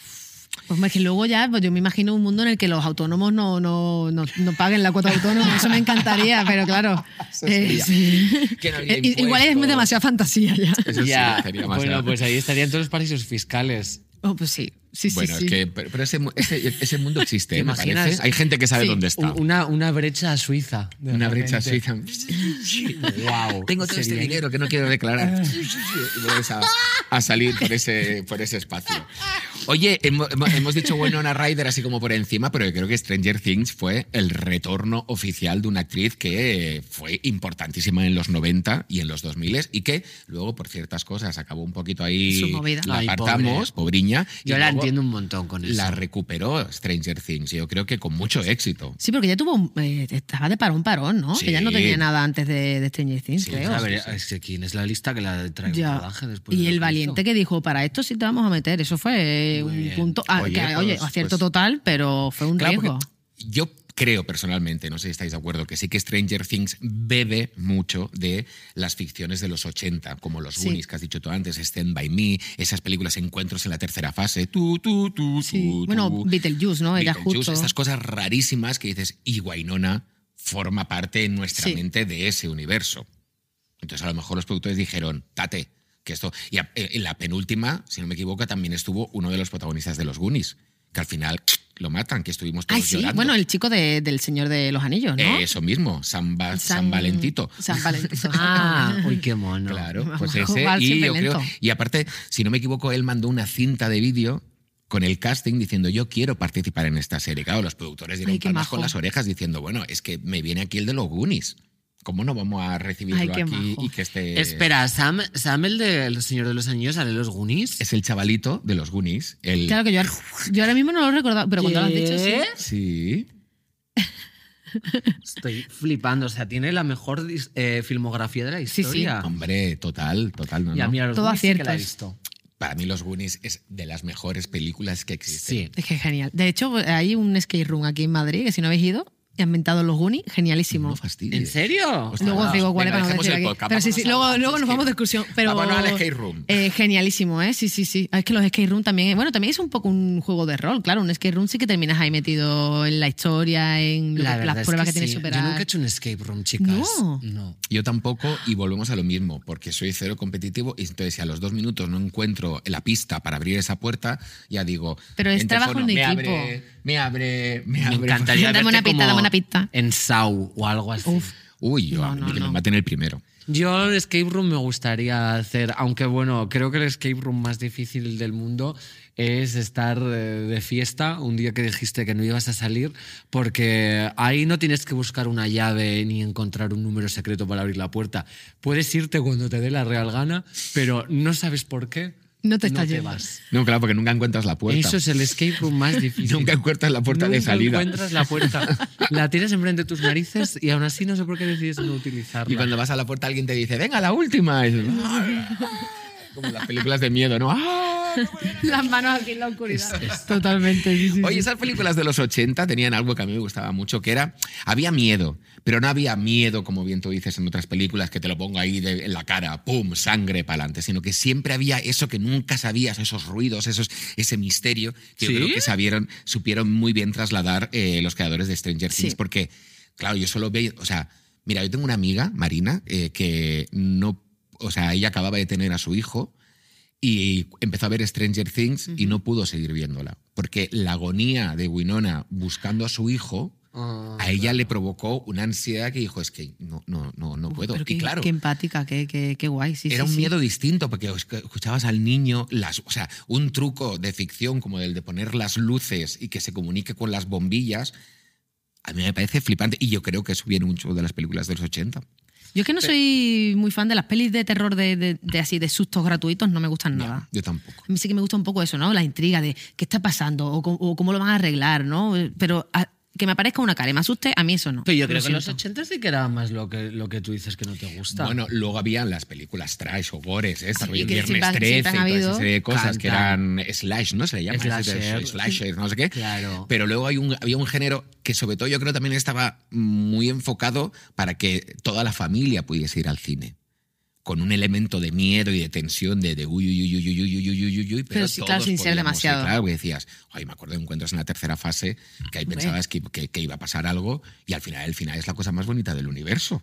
Pues hombre, que luego ya, pues yo me imagino un mundo en el que los autónomos no, no, no, no paguen la cuota autónoma. Eso me encantaría, pero claro. eh, sí. Que no había Eh, i- Igual es impuestos. demasiada fantasía ya. Eso sí, Ya, sería más bueno, grave. pues ahí estarían todos los paraísos fiscales. Oh, pues sí, sí, sí, Bueno, es sí. que- pero, pero ese, mu- ese- ese mundo existe, ¿Te ¿eh? me imaginas? parece. Hay gente que sabe Sí, dónde está. Un- Una, una brecha suiza. de Una brecha repente. suiza. Guau. Tengo todo este Sería- dinero que no quiero Ah, declarar. Y vuelves a, a salir por ese, por ese espacio. Oye, hemo- hemo- hemos dicho Winona Ryder así como por encima, pero yo creo que Stranger Things fue el retorno oficial de una actriz que fue importantísima en los 90 y en los 2000 y que luego por ciertas cosas acabó un poquito ahí. Su movida. La Ay, apartamos, pobriña. y Yo la luego entiendo un montón con eso. La recuperó Stranger Things, yo creo que con mucho éxito. Sí, porque ya tuvo. un- eh, estaba de parón, parón, ¿no? Sí. Que ya no tenía nada antes de, de Stranger Things, Sí, creo. A ver, es que quién es la lista que la trae Ya. un rodaje después de Y lo el que valiente hizo? que dijo, para esto sí te vamos a meter. Eso fue Muy un bien. punto. ah, Oye, que, oye, pues- acierto pues- total, pero fue un Claro, riesgo. porque yo creo personalmente, no sé si estáis de acuerdo, que sí que Stranger Things bebe mucho de las ficciones de los 80, como los Sí. Goonies que has dicho tú antes, Stand By Me, esas películas Encuentros en la tercera fase, tú, tú, tú, Sí. tú, Bueno, tú. Beetlejuice, ¿no? Era Beetlejuice, justo. Estas cosas rarísimas que dices, y Guainona forma parte en nuestra Sí. mente de ese universo. Entonces a lo mejor los productores dijeron, tate, que esto... Y a- eh, en la penúltima, si no me equivoco, también estuvo uno de los protagonistas de los Goonies, que al final lo matan, que estuvimos todos Ay, sí. Pues llorando. Bueno, el chico de- del Señor de los Anillos, ¿no? Eh, Eso mismo, San, Va- San Valentito. San Valentito. Ah, uy, qué mono. Claro, Vamos, pues ese. va Y, siempre yo creo- lento. y aparte, si no me equivoco, él mandó una cinta de vídeo con el casting diciendo yo quiero participar en esta serie. Claro, los productores dieron Ay, qué palmas majo. con las orejas diciendo, bueno, es que me viene aquí el de los Goonies. ¿Cómo no vamos a recibirlo Ay, qué aquí majo. y que este esté... Espera, Sam, Sam el del Señor de los Anillos, sale los Goonies. Es el chavalito de los Goonies. El... Claro que yo, ahora- yo ahora mismo no lo he recordado, pero cuando lo has dicho, sí. ¿Qué? Sí. Estoy flipando, o sea, tiene la mejor dis- eh, filmografía de la sí. historia. Hombre, total, total. No, Y a no. mí a los Todo Goonies sí que la he aciertos. visto. Para mí los Goonies es de las mejores películas que existen. Sí. Es que es genial. De hecho, hay un skate room aquí en Madrid que si no habéis ido, y han inventado los Goonies, genialísimo. No fastidies. ¿En serio? Ostras. Luego os digo cuál es Venga, para no dejemos el decir aquí. podcast, Pero sí, sí, vámonos luego, a- luego nos skate. vamos de excursión. Pero, Vámonos al skate room. Eh, genialísimo, ¿eh? Sí, sí, sí. Ah, Es que los skate room también. Bueno, también es un poco un juego de rol, claro. Un skate room sí que terminas ahí metido en la historia, en lo La que- verdad las es pruebas que, sí. tienes que superar. Yo nunca he hecho un escape room, chicas. No. No. Yo tampoco y volvemos a lo mismo, porque soy cero competitivo y entonces si a los dos minutos no encuentro la pista para abrir esa puerta, ya digo... Pero es en trabajo teléfono, en me equipo. Abre, me abre, me Me abre. encantaría Dame verte una pista, como dame una pista. En Sau o algo así. Uy, yo, No, a mí no, que no. me maten el primero. Yo el escape room me gustaría hacer, aunque bueno, creo que el escape room más difícil del mundo es estar eh, de fiesta un día que dijiste que no ibas a salir, porque ahí no tienes que buscar una llave ni encontrar un número secreto para abrir la puerta. Puedes irte cuando te dé la real gana, pero no sabes por qué. No te estás yendo. vas. No, claro, porque nunca encuentras la puerta. Eso es el escape room más difícil. Nunca encuentras la puerta de Nunca salida. encuentras la puerta. La tienes enfrente de tus narices y aún así no sé por qué decides no utilizarla. Y cuando vas a la puerta alguien te dice, venga, la última. Y dices, "Ah", como las películas de miedo, ¿no? ¡Ah! Las manos aquí en la oscuridad. Totalmente. sí, sí, Oye, sí. esas películas de los 80 tenían algo que a mí me gustaba mucho, que era, había miedo, pero no había miedo, como bien tú dices en otras películas, que te lo pongo ahí de- en la cara, pum, sangre para adelante, sino que siempre había eso que nunca sabías, esos ruidos, esos, ese misterio, que ¿Sí? yo creo que sabieron, supieron muy bien trasladar eh, los creadores de Stranger Things, Sí. porque, claro, yo solo veía, o sea, mira, yo tengo una amiga, Marina, eh, que no, o sea, ella acababa de tener a su hijo, y empezó a ver Stranger Things y no pudo seguir viéndola. Porque la agonía de Winona buscando a su hijo Ah, a ella le provocó una ansiedad que dijo, es que no, no, no, no puedo. Pero y qué, claro, qué empática, qué, qué, qué guay. Sí, era sí, un sí. miedo distinto porque es que escuchabas al niño, las, o sea, un truco de ficción como el de poner las luces y que se comunique con las bombillas. A mí me parece flipante y yo creo que eso viene mucho de las películas de los 80. Yo es que no soy muy fan de las pelis de terror de, de- de así, de sustos gratuitos, no me gustan nada. Yo tampoco. A mí sí que me gusta un poco eso, ¿no? La intriga de qué está pasando o, cómo- o cómo lo van a arreglar, ¿no? Pero a- que me aparezca una cara y me asuste, a mí eso no. Pero yo Lo creo que en los siento. 80 sí que era más lo que, lo que tú dices que no te gusta. Bueno, luego habían las películas trash o gores, ¿eh? Sí, rollo que Viernes siempre han- 13 y siempre han toda esa habido. serie de cosas que Cantan. eran slash, ¿no? Se le llama Slasher. slasher, no sé qué. Claro. Pero luego hay un, había un género que sobre todo yo creo también estaba muy enfocado para que toda la familia pudiese ir al cine. Con un elemento de miedo y de tensión, de, de uy, uy, uy, uy, uy, uy, uy, uy, uy, uy, pero, Pero sí, claro, todos sin ser podíamos ir, demasiado. claro, que decías, ay, me acuerdo de encuentros en la tercera fase que ahí Hombre. pensabas que, que- que iba a pasar algo y al final, el final es la cosa más bonita del universo.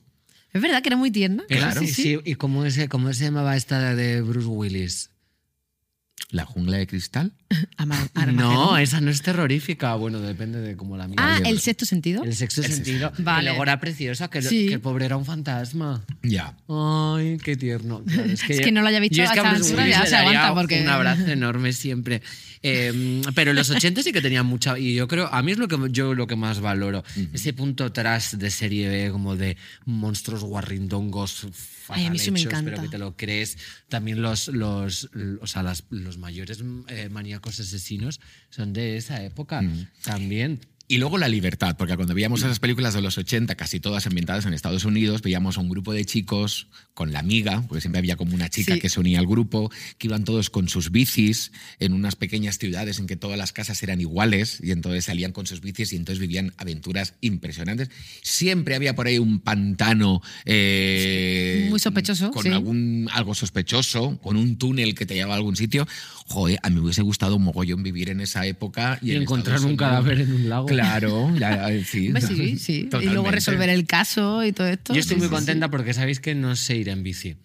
Es verdad que era muy tierna. Era- claro. sí, sí. ¿Y cómo, ese, cómo se llamaba esta de Bruce Willis? La jungla de cristal. Ama- No, Armagedón. esa no es terrorífica. Bueno, depende de cómo la mira. Ah, el sexto sentido. el sexto El sentido. sexto. Vale. Y luego era preciosa, que, lo- Sí. que el pobre era un fantasma. Ya. Ay, qué tierno. Claro, es, que Es que no lo haya visto yo es a que esta Bruce altura, Willis ya le se daría aguanta porque- Un abrazo enorme siempre. Eh, pero en los 80 sí que tenía mucha. Y yo creo, a mí es lo que yo lo que más valoro. Ese punto tras de serie B, como de monstruos guarrindongos. Ay, a mí eso fatal me hechos, encanta. Pero que te lo crees. También los, los, o sea, las- los mayores eh, maníacos asesinos son de esa época también. Y luego la libertad, porque cuando veíamos esas películas de los 80, casi todas ambientadas en Estados Unidos, veíamos a un grupo de chicos con la amiga, porque siempre había como una chica Sí. que se unía al grupo, que iban todos con sus bicis en unas pequeñas ciudades en que todas las casas eran iguales, y entonces salían con sus bicis y entonces vivían aventuras impresionantes. Siempre había por ahí un pantano. eh, Muy sospechoso, Con sí. algún, algo sospechoso, con un túnel que te llevaba a algún sitio. Joder, a mí me hubiese gustado un mogollón vivir en esa época y, Y en encontrar Estados un Unidos. cadáver en un lago. Claro, ya, eh, sí. Hombre, sí, sí. Y luego Totalmente. resolver el caso y todo esto. Yo estoy Sí, muy sí, contenta porque sabéis que no sé ir en bici.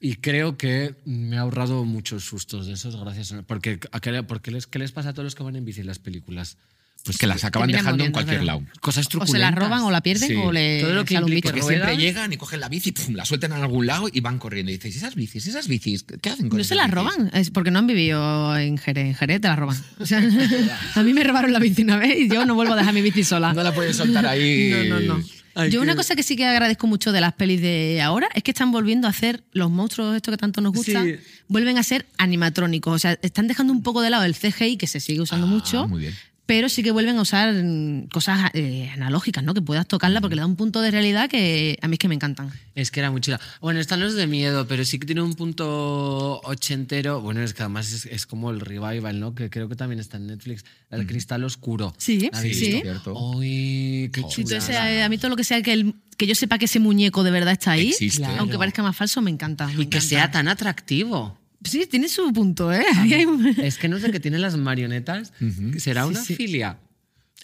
Y creo que me he ahorrado muchos sustos de esos gracias a... Porque, a qué, porque les, ¿qué les pasa a todos los que van en bici en las películas? Pues que las acaban Terminan dejando en muriendo, cualquier ¿verdad? lado. Cosas sí. O truculentas. se la roban o la pierden Sí. o le Todo lo que salen un implique Porque ¿Te robar. bicho. siempre ruedas? llegan y cogen la bici, pum, la sueltan en algún lado y van corriendo. Y dices, ¿y esas bicis? ¿Y esas bicis? ¿Qué hacen con No esas se las bicis? roban, es porque no han vivido en Jerez. En Jerez te las roban. O sea, a mí me robaron la bici una vez y yo no vuelvo a dejar mi bici sola. No la pueden soltar ahí. Ah, No, no, no. Ay, Yo qué- una cosa que sí que agradezco mucho de las pelis de ahora es que están volviendo a hacer los monstruos estos que tanto nos gustan, Sí. vuelven a ser animatrónicos. O sea, están dejando un poco de lado el CGI que se sigue usando Ah, mucho. muy bien. Pero sí que vuelven a usar mm, cosas eh, analógicas, ¿no? Que puedas tocarla porque le da un punto de realidad que a mí es que me encantan. Es que era muy chula. Bueno, esta no es de miedo, pero sí que tiene un punto ochentero. Bueno, es que además es, es como el revival, ¿no? Que creo que también está en Netflix. El cristal oscuro. Sí, ¿La habéis sí. visto? Cierto. Uy, qué Sí, chula. entonces, eh, a mí todo lo que sea que, el- que yo sepa que ese muñeco de verdad está ahí, Existe. Claro. aunque parezca más falso, me encanta. me Y que encanta. sea tan atractivo. Sí, tiene su punto, ¿eh? Ahí hay un- Es que no sé qué tienen las marionetas. ¿Será una filia?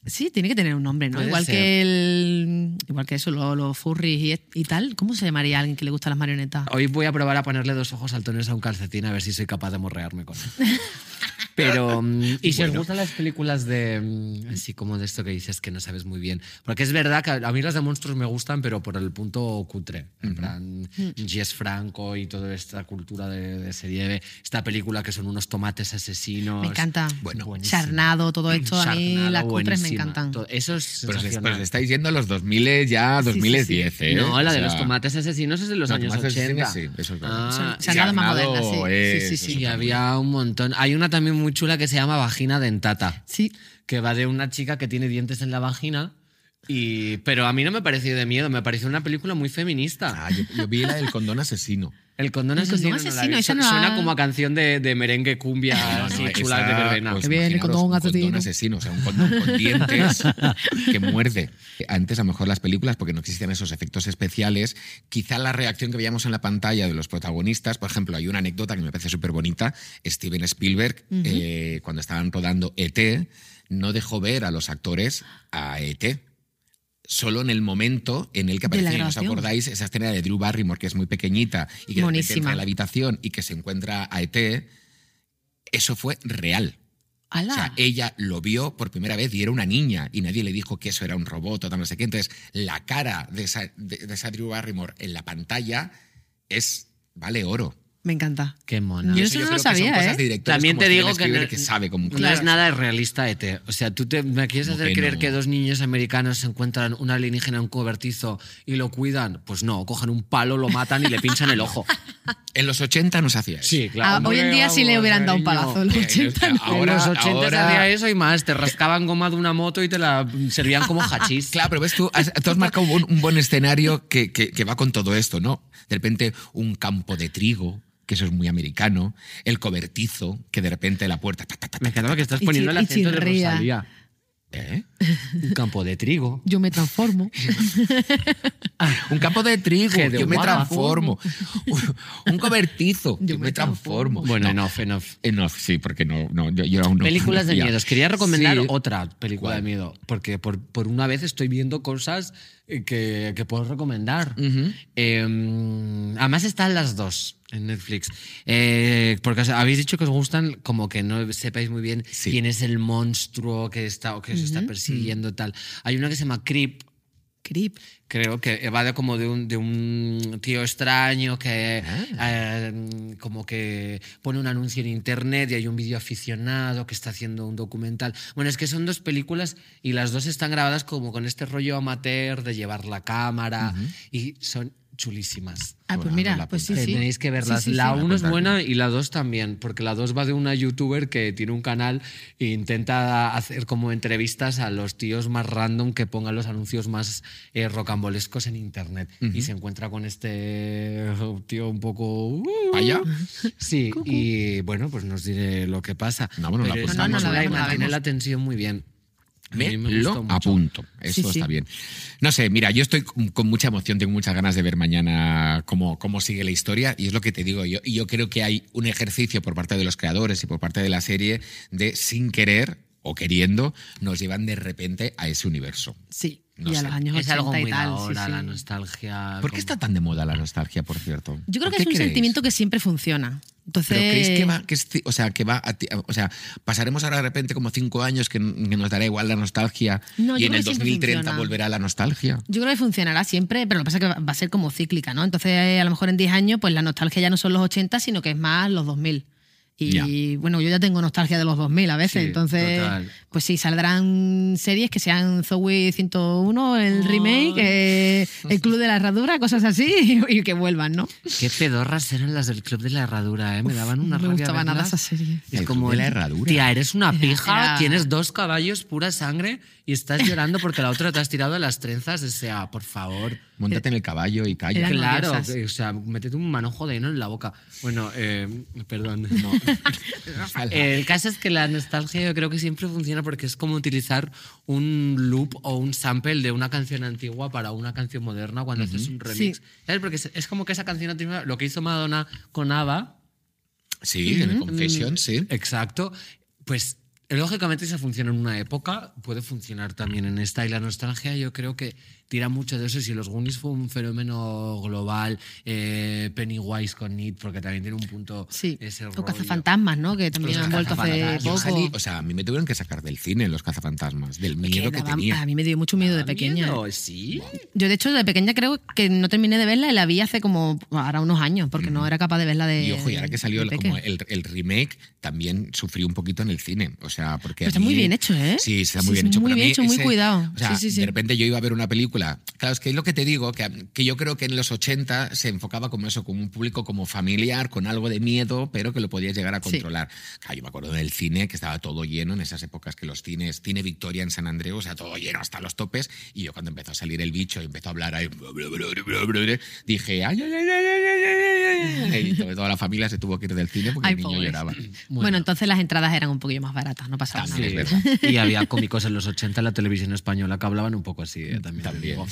Sí, tiene que tener un nombre, ¿no? Puede Igual ser. que, el, igual que eso, lo- los furries y, et- y tal. ¿Cómo se llamaría a alguien que le gustan las marionetas? Hoy voy a probar a ponerle dos ojos saltones a un calcetín a ver si soy capaz de morrearme con él. Pero, mm, y si os gustan las películas de. mm, Así como de esto que dices que no sabes muy bien. Porque es verdad que a mí las de monstruos me gustan, pero por el punto cutre. En plan, Mm. Jess Franco y toda esta cultura de, de serie B. Esta película que son unos tomates asesinos. Me encanta. Bueno, buenísimo. Charnado, todo esto. A mí Sharknado, las cutres me buenísima. encantan. Todo- Eso es Pero os- sensacional. pero os pues estáis yendo a los 2000 ya, 2010, ¿eh? No, la O de sea, los tomates asesinos es de este, los no, años tomates 80. asesinos, sí, eso es verdad. Ah, Se han dado más Arnado modernas, sí. es- Sí, sí, y- sí. es y otra había un montón. Hay una también muy chula que se llama Vagina Dentata, Sí. que va de una chica que tiene dientes en la vagina. Y, pero a mí no me pareció de miedo, me pareció una película muy feminista. Ah, yo, yo vi la del condón asesino. El condón El condón asesino, no la asesino, vi. esa no Su- suena la- como a canción de, de merengue cumbia así chula de verbena. Pues Que viene imaginaros con un un condón asesino, asesino. o sea, un condón con dientes que muerde. Antes, a lo mejor, las películas, porque no existían esos efectos especiales, quizá la reacción que veíamos en la pantalla de los protagonistas, por ejemplo, hay una anécdota que me parece súper bonita. Steven Spielberg, eh, cuando estaban rodando ET, no dejó ver a los actores a ET solo en el momento en el que De la aparecía, ¿os grabación. acordáis? Esa escena de Drew Barrymore, que es muy pequeñita y que de repente Monísima. entra en la habitación y que se encuentra a ET, eso fue real. ¡Hala! O sea, Ah. eh, ella lo vio por primera vez y era una niña y nadie le dijo que eso era un robot o tal, no sé qué. Entonces, la cara de esa, de, de esa Drew Barrymore en la pantalla es, vale, oro. me encanta. Qué mona. Yo Y eso no creo lo que son sabía, cosas ¿eh? de directores También como te Steven digo que Spielberg no- que sabe como No es nada realista, ET. O sea, tú te, me quieres Como hacer que creer no. que dos niños americanos se encuentran un alienígena en un cobertizo y lo cuidan. Pues no, cogen un palo, lo matan y le pinchan el ojo. En los 80 nos hacía eso. Ah, hoy en día sí le hubieran dado un cariño. palazo. Los Eh, 80 no. Ahora- en los 80 se ahora- hacía eso y más. Te rascaban goma de una moto y te la servían como hachís. Claro, pero ves tú, has, tú has marcado un, un buen escenario que, que- que va con todo esto, ¿no? De repente un campo de trigo, que eso es muy americano, el cobertizo, que de repente la puerta... ta, ta, ta, ta, Me encantaba que estás Y poniendo el chi- y acento de chirría. Rosalía. ¿eh? Un campo de trigo. Yo me transformo. Un campo de trigo, Que de yo me guapa. transformo. Un cobertizo, yo, me transformo. Bueno, no. enough, enough. eh, no, sí, porque no, no yo, yo aún no. Películas de Ya. miedos. Quería recomendar Sí. otra película ¿Cuál? de miedo, porque por, por una vez estoy viendo cosas eh, que, que puedo recomendar. Eh, además están las dos en Netflix, Eh, porque os- habéis dicho que os gustan como que no sepáis muy bien Sí. quién es el monstruo que, está, o que os está persiguiendo Mm. tal. Hay una que se llama Creep, Creep. Creo que va de como de un, de un tío extraño que eh, como que pone un anuncio en internet y hay un vídeo aficionado que está haciendo un documental. Bueno, es que son dos películas y las dos están grabadas como con este rollo amateur de llevar la cámara y son chulísimas. Ah, pues Bueno, mira, no la pues sí, sí. Tenéis que verlas. Sí, sí, la sí. 1 es Apuntar. buena y la 2 también, porque la 2 va de una youtuber que tiene un canal e intenta hacer como entrevistas a los tíos más random que pongan los anuncios más eh, rocambolescos en internet. Y se encuentra con este tío un poco... uh, ¿Allá? Sí, y bueno, pues nos diré lo que pasa. No, bueno, la Pero está apuntamos, muy la bien, vemos, la mantiene vemos. la tensión muy bien. A Me, mí me gustó lo mucho. apunto. Eso Sí, sí. está bien. No sé, mira, yo estoy con con mucha emoción, tengo muchas ganas de ver mañana cómo, cómo sigue la historia y es lo que te digo yo. Y yo creo que hay un ejercicio por parte de los creadores y por parte de la serie de sin querer o queriendo nos llevan de repente a ese universo. Sí, No y a sé. los años Es 80 algo muy y de tal. sí, ahora, sí. la nostalgia. ¿Por qué como- está tan de moda la nostalgia, por cierto? Ah, Yo creo que ¿Por es un qué creéis? sentimiento que siempre funciona. Entonces, ¿Pero creéis que va, que esti- o sea, que va a ti- o sea, pasaremos ahora de repente como cinco años que, n- que nos dará igual la nostalgia No, y yo en creo el que siempre 2030 funciona. volverá la nostalgia? yo creo que funcionará siempre, pero lo que pasa es que va- va a ser como cíclica, ¿no? Entonces, eh, a lo mejor en 10 años, pues la nostalgia ya no son los 80, sino que es más los 2000. Y Ya. bueno, yo ya tengo nostalgia de los 2000 a veces, Sí, entonces, total. pues sí, saldrán series que sean Zoe 101, el remake, eh, el Club de la Herradura, cosas así, y que vuelvan, ¿no? Qué pedorras eran las del Club de la Herradura, ¿eh? Me daban una no me rabia. gustaba nada verlas. esa serie. Es El como Club de la el- Herradura. Tía, eres una pija, era- tienes dos caballos, pura sangre, y estás llorando porque la otra te has tirado las trenzas. O sea, por favor. Montate en el caballo y calla. Eran claro, odiosas. que- o sea, métete un manojo de heno en la boca. Bueno, eh, perdón. No. El caso es que la nostalgia yo creo que siempre funciona porque es como utilizar un loop o un sample de una canción antigua para una canción moderna cuando haces un remix. Sí. ¿Sabes? Porque es, es como que esa canción antigua, lo que hizo Madonna con ABBA, Sí, en el Confession, sí. exacto, pues lógicamente si funciona en una época, puede funcionar también en esta. Y la nostalgia yo creo que tira mucho de eso. Si los Goonies fue un fenómeno global, eh, Pennywise con It, porque también tiene un punto Sí, ese o rollo. Cazafantasmas, ¿no? Que también Los han vuelto hace cazafantasmas. Yo poco. salí- o sea, a mí me tuvieron que sacar del cine los cazafantasmas, del Que pues, miedo que daba- A tenía. mí me dio mucho miedo de pequeña. Miedo, sí. Yo, de hecho, de pequeña creo que no terminé de verla y la vi hace como ahora unos años, porque no era capaz de verla de. Y ojo, y ahora que salió de el- peque. como el, el remake, también sufrí un poquito en el cine. O sea, porque. a Pero está mí- muy bien hecho, ¿eh? Sí, está Sí, muy bien sí, hecho. Pero muy a bien mí hecho, muy cuidado. O sea, Sí, sí, sí. de repente yo iba a ver una película. Claro, es que es lo que te digo, que, que yo creo que en los 80 se enfocaba como eso, como un público como familiar, con algo de miedo, pero que lo podías llegar a Sí. controlar. Claro, yo me acuerdo del cine, que estaba todo lleno en esas épocas que los cines, Cine Victoria en San Andreu, o sea, todo lleno hasta los topes. Y yo cuando empezó a salir el bicho y empezó a hablar ahí, dije, ay, ay, ay, ay, ay, ay, ay. Y to- toda la familia se tuvo que ir del cine porque Ay, el niño pobres. lloraba. Bueno. entonces las entradas eran un poquillo más baratas, no pasaba También nada. es verdad. Y había cómicos en los 80 en la televisión española que hablaban un poco así, eh, también. te También. digo.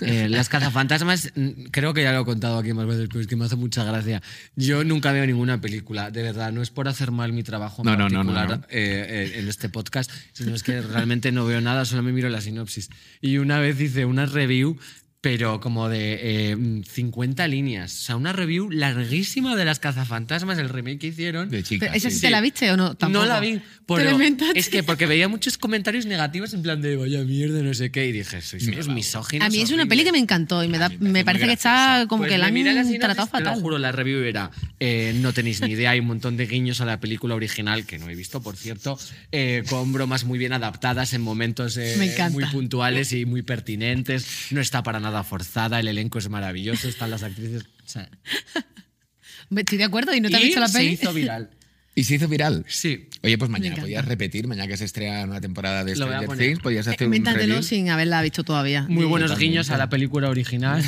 Eh, las cazafantasmas, mm, creo que ya lo he contado aquí más veces, pero es que me hace mucha gracia. Yo nunca veo ninguna película, de verdad, no es por hacer mal mi trabajo en No, no, no, no, particular no. eh, eh, en este podcast, sino es que realmente no veo nada, solo me miro la sinopsis. Y una vez hice una review, pero como de eh, mm, 50 líneas, o sea, una review larguísima de las cazafantasmas, el remake que hicieron. De chica. Pero ¿Esa sí. sí, te la viste o no? Tampoco. No la vi. Te Pero la inventaste. es que porque veía muchos comentarios negativos en plan de vaya mierda, no sé qué. Y dije, sois unos misóginos. a mí es una peli que me encantó y me, da, mí me me parece parece muy que está graciosa. como Pues que la han tratado Te lo fatal. juro, la review era. eh, no tenéis ni idea, hay un montón de guiños a la película original, que no he visto, por cierto, eh, con bromas muy bien adaptadas en momentos eh, Me encanta. muy puntuales y muy pertinentes. No está para nada forzada, el elenco es maravilloso, están las actrices. o sea, Estoy de acuerdo y no te has y visto la se peli. hizo viral. Y se hizo viral. Sí. Oye, pues Me mañana encanta. podías repetir, mañana que se estrena una temporada de Lo voy a Stranger poner. Things, podías Eh, hacer un Coméntatelo review. sin haberla visto todavía. Muy Y- buenos guiños a la película original.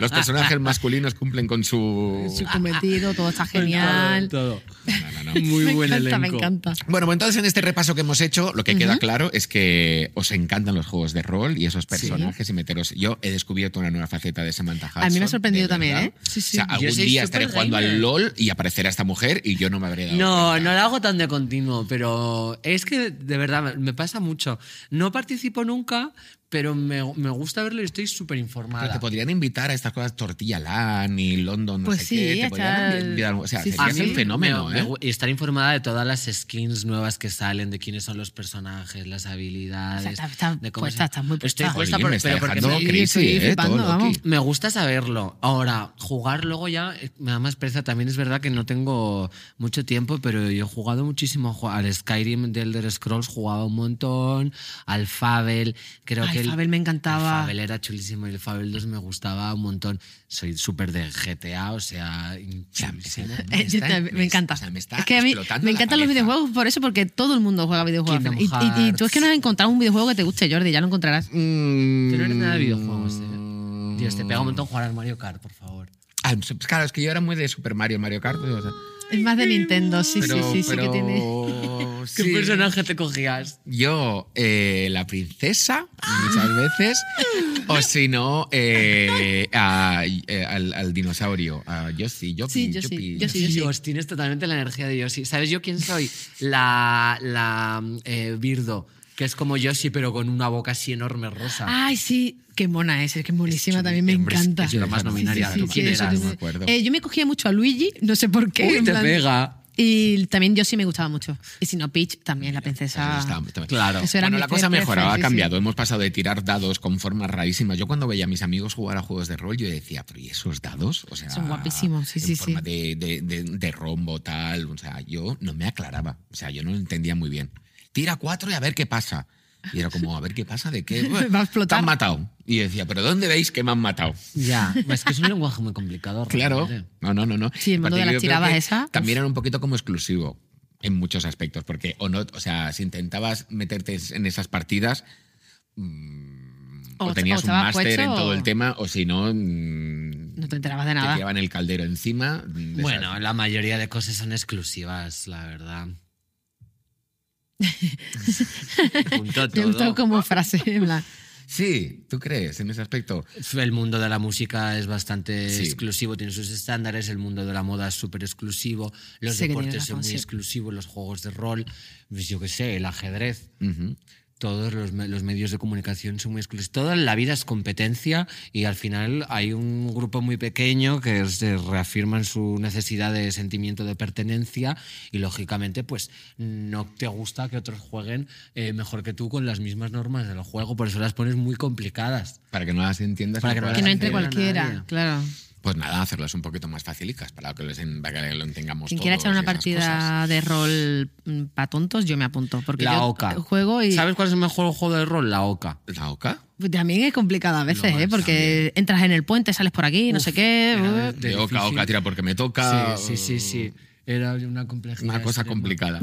Los personajes masculinos cumplen con su... Ah, Su cometido, todo está Pues genial. Todo, No, no, no. Muy me buen encanta, elenco. me encanta. Bueno, pues entonces en este repaso que hemos hecho, lo que queda claro es que os encantan los juegos de rol y esos personajes y meteros. Yo he descubierto una nueva faceta de Samantha Hudson. A mí me ha sorprendido de también, verdad. ¿eh? Sí, sí. O sea, Yo algún soy día súper estaré jugando al gamer. LOL y aparecerá esta mujer y yo no me habré dado No, no lo hago tan de continuo, pero es que de verdad me- me pasa mucho. No participo nunca, pero me, me gusta verlo y estoy súper Pero te informada. podrían invitar a estas cosas Tortilla Lan y London, no Pues sé sí, qué. Te está podrían el- invitar. O sea, Sí, sí, serías sí. un fenómeno, Ah, me- ¿eh? me gu- y estar informada de todas las skins nuevas que salen, de quiénes son los personajes, las habilidades. O sea, está- está de puesta, se- estás muy puesta. Estoy puesta, Jolín, por- me está pero porque dejando me- yo crazy, estoy ¿eh, todo flipando, Loki. vamos. Me gusta saberlo. Ahora, jugar luego ya eh, me da más pereza. También es verdad que no tengo mucho tiempo, pero yo he jugado muchísimo a ju- al Skyrim de Elder Scrolls, jugaba un montón, al Fabel, creo Ay, que Fabel. El Fabel me encantaba. El Fabel era chulísimo y el Fabel 2 me gustaba un montón. Soy súper de GTA, o sea, chulísimo. Me Eh, yo está- te- me- me, encanta. o sea, me está es que a mí explotando me la encantan los cabeza. videojuegos por eso, porque todo el mundo juega videojuegos. Kingdom Y, y- y tú es que no has Hearts. encontrado un videojuego que te guste, Jordi, ya lo Mm. encontrarás. Tú no eres nada de videojuegos, eh. Dios, te pega un montón jugar al Mario Kart, por favor. Ah, pues, claro, es que yo era muy de Super Mario, Mario Kart. pues, o sea, Es más de Nintendo, sí, pero- sí, sí, sí que pero- tiene. sí. ¿Qué personaje te cogías? Yo, eh, la princesa, muchas veces. o si no, eh, a- eh, al, al dinosaurio. A Yoshi, Yopi, Sí, Yoshi, Yopi. Yoshi. Sí, Dios, tienes totalmente la energía de Yoshi. ¿Sabes yo quién soy? La, la eh, Birdo, que es como Yoshi, pero con una boca así enorme rosa. Ay, sí, qué mona es, es que es monísima, Es chuli- también me hombre, es- encanta. es lo más Sí, nominaria, sí, ¿no? sí, ¿Quién sí, eso era? te- No me acuerdo. Eh, yo me cogía mucho a Luigi, no sé por qué. Uy, en te plan- pega. Y también Yoshi me gustaba mucho. Y si no, Peach también, la princesa. Está- está- Claro. Eso era bueno, mi la cosa ha pre- mejorado, ha prefe, sí, cambiado. Hemos pasado de tirar dados con formas rarísimas. Yo cuando veía a mis amigos jugar a juegos de rol, yo decía, pero ¿y esos dados? O sea, Son guapísimos, sí, en sí, forma sí. De, de- de- de rombo, tal. O sea, yo no me aclaraba. O sea, yo no lo entendía muy bien. Tira cuatro y a ver qué pasa. Y era como, a ver qué pasa, de qué. Va a explotar. Te han matado. Y decía, ¿pero dónde veis que me han matado? Ya, es que es un lenguaje muy complicado. Claro. realmente. No, no, no, no. Sí, el mundo de Aparte, las yo creo tiradas que esa, pues. También era un poquito como exclusivo en muchos aspectos, porque o no, o sea, si intentabas meterte en esas partidas, mm, O o, est- o tenías un estabas máster en puesto todo o- el tema, o si no, mm, No te enterabas de te nada. tiraban el caldero encima. mm, de Bueno, esas- la mayoría de cosas son exclusivas, la verdad. Junto Me gustó todo. como frase, en plan, sí, ¿tú crees en ese aspecto? El mundo de la música es bastante Sí. exclusivo, tiene sus estándares, el mundo de la moda es súper exclusivo, los Sí que tienes deportes son razón, muy sí. exclusivos, los juegos de rol, pues yo qué sé, el ajedrez. Ujú. Todos los, me- los medios de comunicación son muy exclusivos. Toda la vida es competencia y al final hay un grupo muy pequeño que se reafirma en su necesidad de sentimiento de pertenencia y lógicamente pues no te gusta que otros jueguen eh, mejor que tú con las mismas normas del juego, por eso las pones muy complicadas. Para que no las entiendas. Para que no puedas Que no entre hacer- cual- cualquiera, nadie. claro. Pues nada, hacerlas un poquito más facilitas para que, los en- para que lo Pues entendamos Quien quiera todos echar y una esas cosas. partida de rol para tontos, yo me apunto. Porque la yo OCA. juego y. ¿Sabes cuál es el mejor juego de rol? La OCA. ¿La OCA? Pues También es complicado a veces, No, ¿eh? Porque entras en el puente, sales por aquí, no Uf, sé qué. era uh. de- De OCA, difícil. OCA, tira porque me toca. Sí, sí, sí, sí. Era una complejidad. Una cosa extrema. complicada.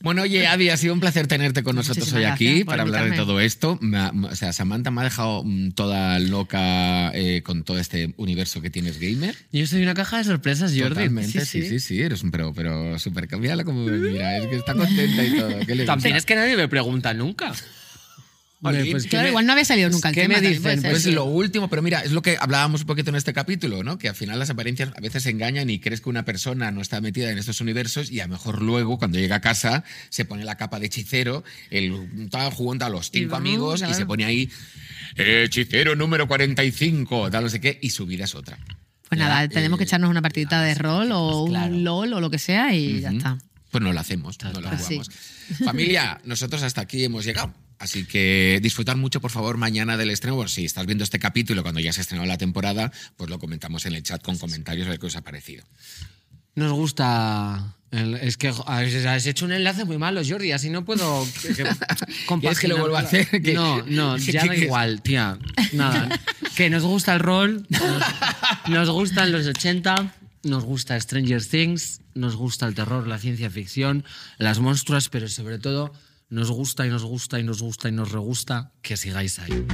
Bueno, oye, Adi, ha sido un placer tenerte con nosotros Muchísimas hoy aquí gracias por para hablar de invitarme. todo esto. Me ha- o sea, Samantha me ha dejado mm, toda loca eh, con todo este universo que tienes gamer. Yo soy una caja de sorpresas, Jordi. Totalmente, sí, sí, sí, eres un pero, pero súper cambiada como me mira, es que está contenta y todo. ¿Qué le gusta? También es que nadie me pregunta nunca. Oye, Oye, pues, Claro, ¿qué me- igual no había salido nunca el ¿qué tema. me también eh, puede dicen? ser. Pues lo último, pero mira, es lo que hablábamos un poquito en este capítulo, ¿no? Que al final las apariencias a veces engañan y crees que una persona no está metida en estos universos y a lo mejor luego, cuando llega a casa, se pone la capa de hechicero, el, estaba jugando a los cinco Y, uh, amigos claro. y se pone ahí, "Eh, hechicero número 45, tal, no sé qué, y su vida es otra. Pues nada, tenemos que echarnos una partidita de rol o eh, ah, pues claro. un LOL o lo que sea y ya está. Pues no lo hacemos, no lo Pues sí. jugamos. Familia, nosotros hasta aquí hemos llegado. Así que disfrutar mucho, por favor, mañana del estreno. Bueno, si estás viendo este capítulo cuando ya se ha estrenado la temporada, pues lo comentamos en el chat con comentarios a ver qué os ha parecido. Nos gusta. el- es que has, has hecho un enlace muy malo, Jordi, así no puedo. que- que- ¿Quieres que lo vuelva a hacer? Que- No, no, ya que- da que- igual, tía. Nada. Que nos gusta el rol, nos, nos gustan los 80, nos gusta Stranger Things, nos gusta el terror, la ciencia ficción, las monstruas, pero sobre todo nos gusta y nos gusta y nos gusta y nos regusta que sigáis ahí.